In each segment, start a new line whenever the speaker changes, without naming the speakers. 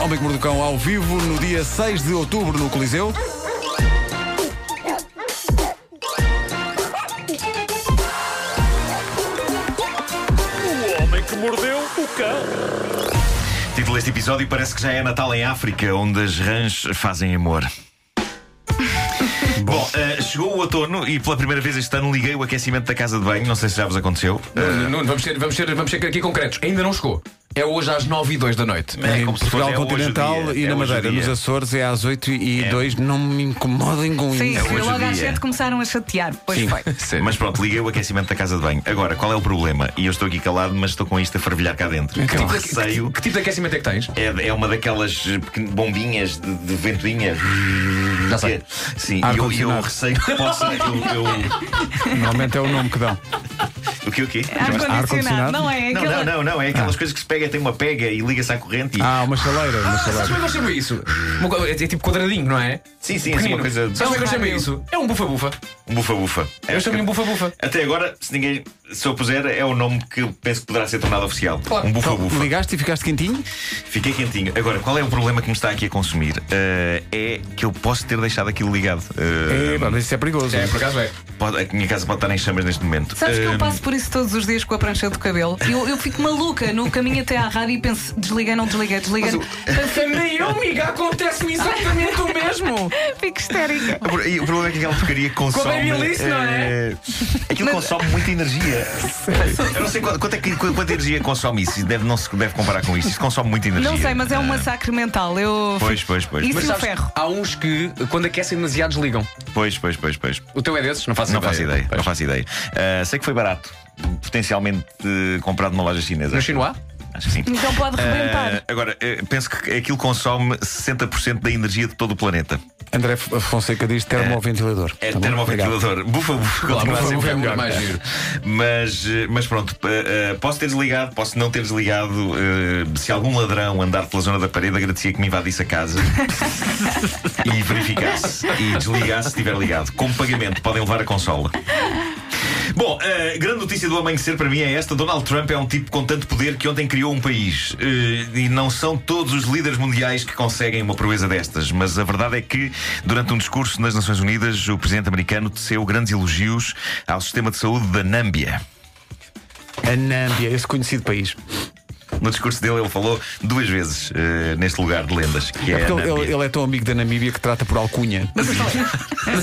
Homem que Mordeu o Cão ao vivo no dia 6 de outubro no Coliseu.
O homem que mordeu o cão.
Título deste episódio parece que já é Natal em África, onde as rãs fazem amor. Bom, eh, chegou o outono e pela primeira vez este ano liguei o aquecimento da casa de banho. Não sei se já vos aconteceu.
Nuno, Nuno, vamos, ser, vamos, ser, vamos ser aqui concretos. Ainda não chegou. É hoje às 9 e 2 da noite.
É
em
como se
Portugal
fosse- é hoje o
Continental
dia,
e
é
na
hoje o
Madeira.
dia.
Nos Açores é às 8 e
É.
2. Não me incomodem com
Sim,
isso.
hoje o
logo às
dia.
7 começaram a chatear. Pois foi.
é Sim.
Mas pronto, liguei o aquecimento da casa de banho. Agora, qual é o problema? E eu estou aqui calado, mas estou com isto a fervilhar cá dentro.
que,
Então,
tipo de,
receio.
que, que tipo de aquecimento é que tens?
É, é uma daquelas eh, pequen- bombinhas de, de ventoinha. é?
Já sei.
Sim, e eu, eu
Ar-condicionado.
receio que possa. Eu, eu-
Normalmente é o nome que dão.
O que o quê?
Ar-condicionado, não é?
Não, não,
Aquela-
não, não, é aquelas coisas que se pega, tem uma pega e liga-se à corrente e.
Ah, uma chaleira. Uma
Ah, sabes
chaleira.
como é que eu chamo isso? Uma co- É, é tipo quadradinho, não é?
Sim, sim, assim,
Pequenino.
uma coisa.
Sabes como é que eu chamo
Rádio.
isso? É um bufa-bufa.
Um bufa-bufa.
Eu chamo-lhe um bufa-bufa.
é- Até agora, se ninguém. Se eu puser, é o nome que eu penso que poderá ser tornado oficial.
Claro.
Um bufa-bufa.
Então, Ligaste e ficaste quentinho?
Fiquei quentinho. Agora, qual é o problema que me está aqui a consumir? Eh, é que eu posso ter deixado aquilo ligado. Eh,
É, pá, mas isso é perigoso.
É, por acaso é.
pode- a minha casa pode estar em chamas neste momento.
Sabes que
Hum.
Eh,
eu passo por isso todos os dias com a prancha do cabelo? Eu, eu fico maluca no caminho até à rádio e penso: desliguei, não desliguei, desliguei. não.
Nem eu, amiga, acontece-me exatamente o mesmo.
Fico histérica.
O pro- e o problema é que aquela porcaria consome.
Baby Alice, não é?
eh, Aquilo consome muita energia. Eu não sei quanto, quanto é que, quanto- quanta energia consome isso. Isso Deve, não se deve comparar com isto. Isso consome muita energia.
Não sei, mas é um
Ah.
Eh,
massacre mental. Eu
Pois,
fico-
pois, pois.
Isso
Mas
e o ferro.
há uns que, quando aquecem demasiado, desligam.
Pois, pois, pois, pois.
O teu é desses? Não faço
Não
ideia.
faço ideia,
Pois.
não faço ideia. Ah, sei que foi barato. Potencialmente eh, comprado numa loja chinesa.
No chinoá?
Acho que sim.
Então pode rebentar.
Ah, agora, eh, penso que aquilo consome 60% da energia de todo o planeta.
André F- Fonseca diz termoventilador.
É
Tá bom?
termoventilador. Bufa, bufa,
Claro,
continua a
bufa,
ser
bufa é
melhor.
muito mais giro.
Mas, eh, mas pronto, eh, eh, posso ter desligado, posso não ter desligado. eh, Se algum ladrão andar pela zona da parede, agradecia que me invadisse a casa e verificasse e desligasse se estiver ligado. Como pagamento, podem levar a consola. Bom, a grande notícia do amanhecer para mim é esta: Donald Trump é um tipo com tanto poder que ontem criou um país. Eh, e não são todos os líderes mundiais que conseguem uma proeza destas. Mas a verdade é que, durante um discurso nas Nações Unidas, o presidente americano teceu grandes elogios ao sistema de saúde da Nâmbia.
A Nâmbia, esse conhecido país.
No discurso dele, ele falou duas vezes eh, neste lugar de lendas, que é,
É
a
porque ele,
Nâmbia.
ele é tão amigo da Namíbia que trata por alcunha.
Mas
Se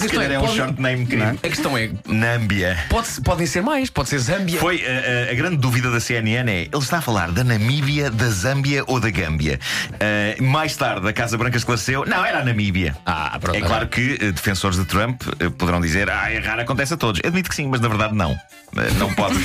isto
calhar
é,
é um
pode-
short name querido.
A questão é,
Nâmbia.
pode- podem ser mais, pode ser Zâmbia.
Foi eh, a, a- a grande dúvida da CNN é: ele está a falar da Namíbia, da Zâmbia ou da Gâmbia? Ah, mais tarde, a Casa Branca esclareceu: não, era a Namíbia.
Ah, pronto.
É claro que eh, defensores de Trump eh, poderão dizer: ah, errar acontece a todos. Admito que sim, mas na verdade não. Eh, Não pode,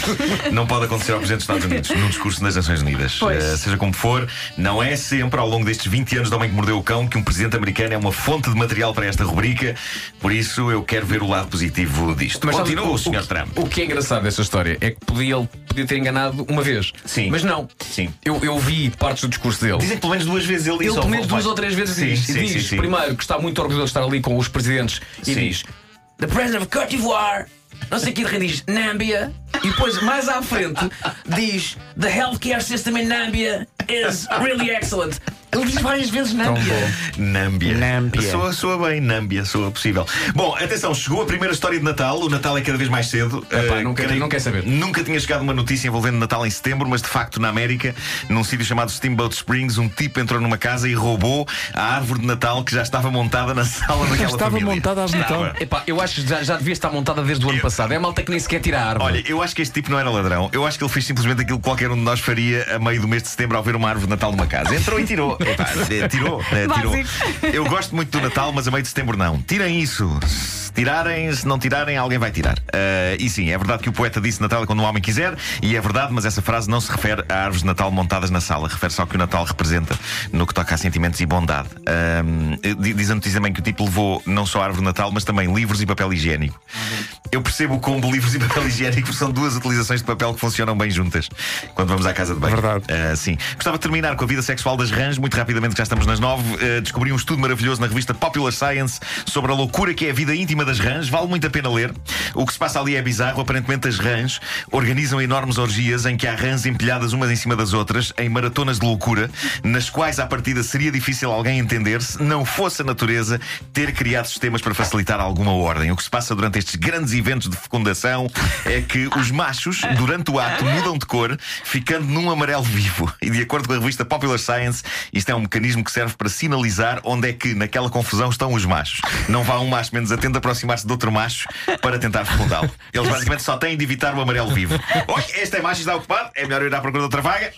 não pode acontecer ao Presidente dos Estados Unidos num discurso das Nações Unidas.
Pois.
Eh, seja como for, não é sempre ao longo destes 20 anos de Homem que Mordeu o Cão que um Presidente americano é uma fonte de material para esta rubrica. Por isso, eu quero ver o lado positivo disto.
Mas sabe,
Continua o, Sr.
que-
Trump.
O que é engraçado dessa história é que podia, ele podia ter enganado uma vez.
Sim.
Mas não.
Sim.
Eu, eu vi partes do discurso dele.
Dizem que pelo menos duas vezes ele diz
ele
ao-
pelo menos
ao
duas
pai.
ou três vezes
Sim,
diz.
sim,
diz
sim, sim.
primeiro que está muito orgulhoso de estar ali com os presidentes e
Sim.
diz The President of Cote d'Ivoire, não sei o que de rei diz Nambia e depois mais à frente diz The healthcare system in Nambia is really excellent. Ele diz várias vezes Nambia.
Nâmbia.
Nâmbia.
Soa, soa bem, Nâmbia, soa possível. Bom, atenção, chegou a primeira história de Natal. O Natal é cada vez mais cedo.
Epá,
Eh,
nunca-
creio-
não quer saber.
Nunca tinha chegado uma notícia envolvendo Natal em setembro, mas de facto, na América, num sítio chamado Steamboat Springs, um tipo entrou numa casa e roubou a árvore de Natal que já estava montada na sala daquela
estava
família.
montada a Natal.
Estava.
Então, Epá, eu acho que já, já devia estar montada desde o ano passado. É a malta que nem sequer tira a árvore.
Olha, eu acho que este tipo não era ladrão. Eu acho que ele fez simplesmente aquilo que qualquer um de nós faria a meio do mês de setembro ao ver uma árvore de Natal numa casa. Entrou e tirou. Epá, eh, tirou, eh, tirou.
Básico.
Eu gosto muito do Natal, mas a meio de setembro não. Tirem isso. Se tirarem, se não tirarem, alguém vai tirar. Eh, e sim, é verdade que o poeta disse Natal é quando um homem quiser, e é verdade, mas essa frase não se refere a árvores de Natal montadas na sala. Refere-se ao que o Natal representa no que toca a sentimentos e bondade. Ahm, di- diz a notícia também que o tipo levou não só a árvore de Natal, mas também livros e papel higiênico. Eu percebo o combo livros e papel higiênico são duas utilizações de papel que funcionam bem juntas quando vamos à casa de banho.
Verdade.
Ah, sim. Gostava de terminar com a vida sexual das rãs, muito rapidamente, que já estamos nas nove. Ah, descobri um estudo maravilhoso na revista Popular Science sobre a loucura que é a vida íntima das rãs, vale muito a pena ler. O que se passa ali é bizarro. Aparentemente, as rãs organizam enormes orgias em que há rãs empilhadas umas em cima das outras, em maratonas de loucura, nas quais, à partida, seria difícil alguém entender se não fosse a natureza ter criado sistemas para facilitar alguma ordem. O que se passa durante estes grandes eventos de fecundação é que os machos, durante o ato, mudam de cor, ficando num amarelo vivo. E de acordo com a revista Popular Science, isto é um mecanismo que serve para sinalizar onde é que, naquela confusão, estão os machos. Não vá um macho menos atento a aproximar-se de outro macho para tentar fecundá-lo. Eles basicamente só têm de evitar o amarelo vivo. Oi, este é macho está ocupado, é melhor eu ir à procura de outra vaga.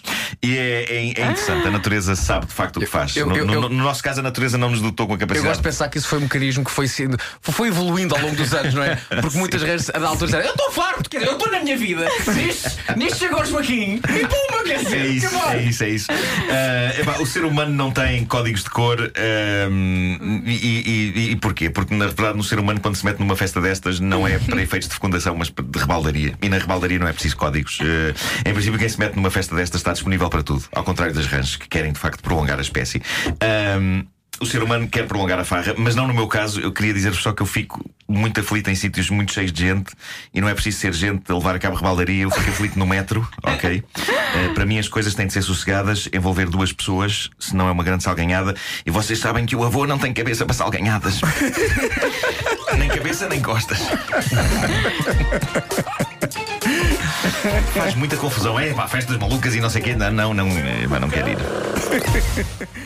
E é, é- é interessante, a natureza sabe de facto o que faz.
eu-
No-
eu-
no,
eu-
no nosso caso, a natureza não nos dotou com a
Eu
capacidade.
gosto de pensar que isso foi um mecanismo que foi sendo, foi evoluindo ao longo dos anos, não é? Porque muitas vezes a da altura disseram, eu
Oh,
estou farto, quer dizer, eu estou na minha vida.
Nisto, nisto chegou o Joaquim e pumba, quer dizer,
É isso,
acabou.
é isso, é isso. Ah, epá, o ser humano não tem códigos de cor. ahm, e, e- e- e porquê? Porque, na verdade, no ser humano, quando se mete numa festa destas, não é para efeitos de fecundação, mas de rebaldaria. E na rebaldaria não é preciso códigos. Ah, em princípio, quem se mete numa festa destas está disponível para tudo. Ao contrário das rãs, que querem, de facto, prolongar a espécie. Ehm, Ahm, o ser humano quer prolongar a farra, mas não no meu caso. Eu queria dizer-vos só que eu fico muito aflito em sítios muito cheios de gente e não é preciso ser gente a levar a cabo rebaldaria. Eu fico aflito no metro, ok? Eh, para mim as coisas têm de ser sossegadas, envolver duas pessoas, senão é uma grande salganhada. E vocês sabem que o avô não tem cabeça para salganhadas. nem cabeça, nem costas. Faz muita confusão. É, pá, festas malucas e não sei o quê. Não, não, não, eh, pá, não quero ir.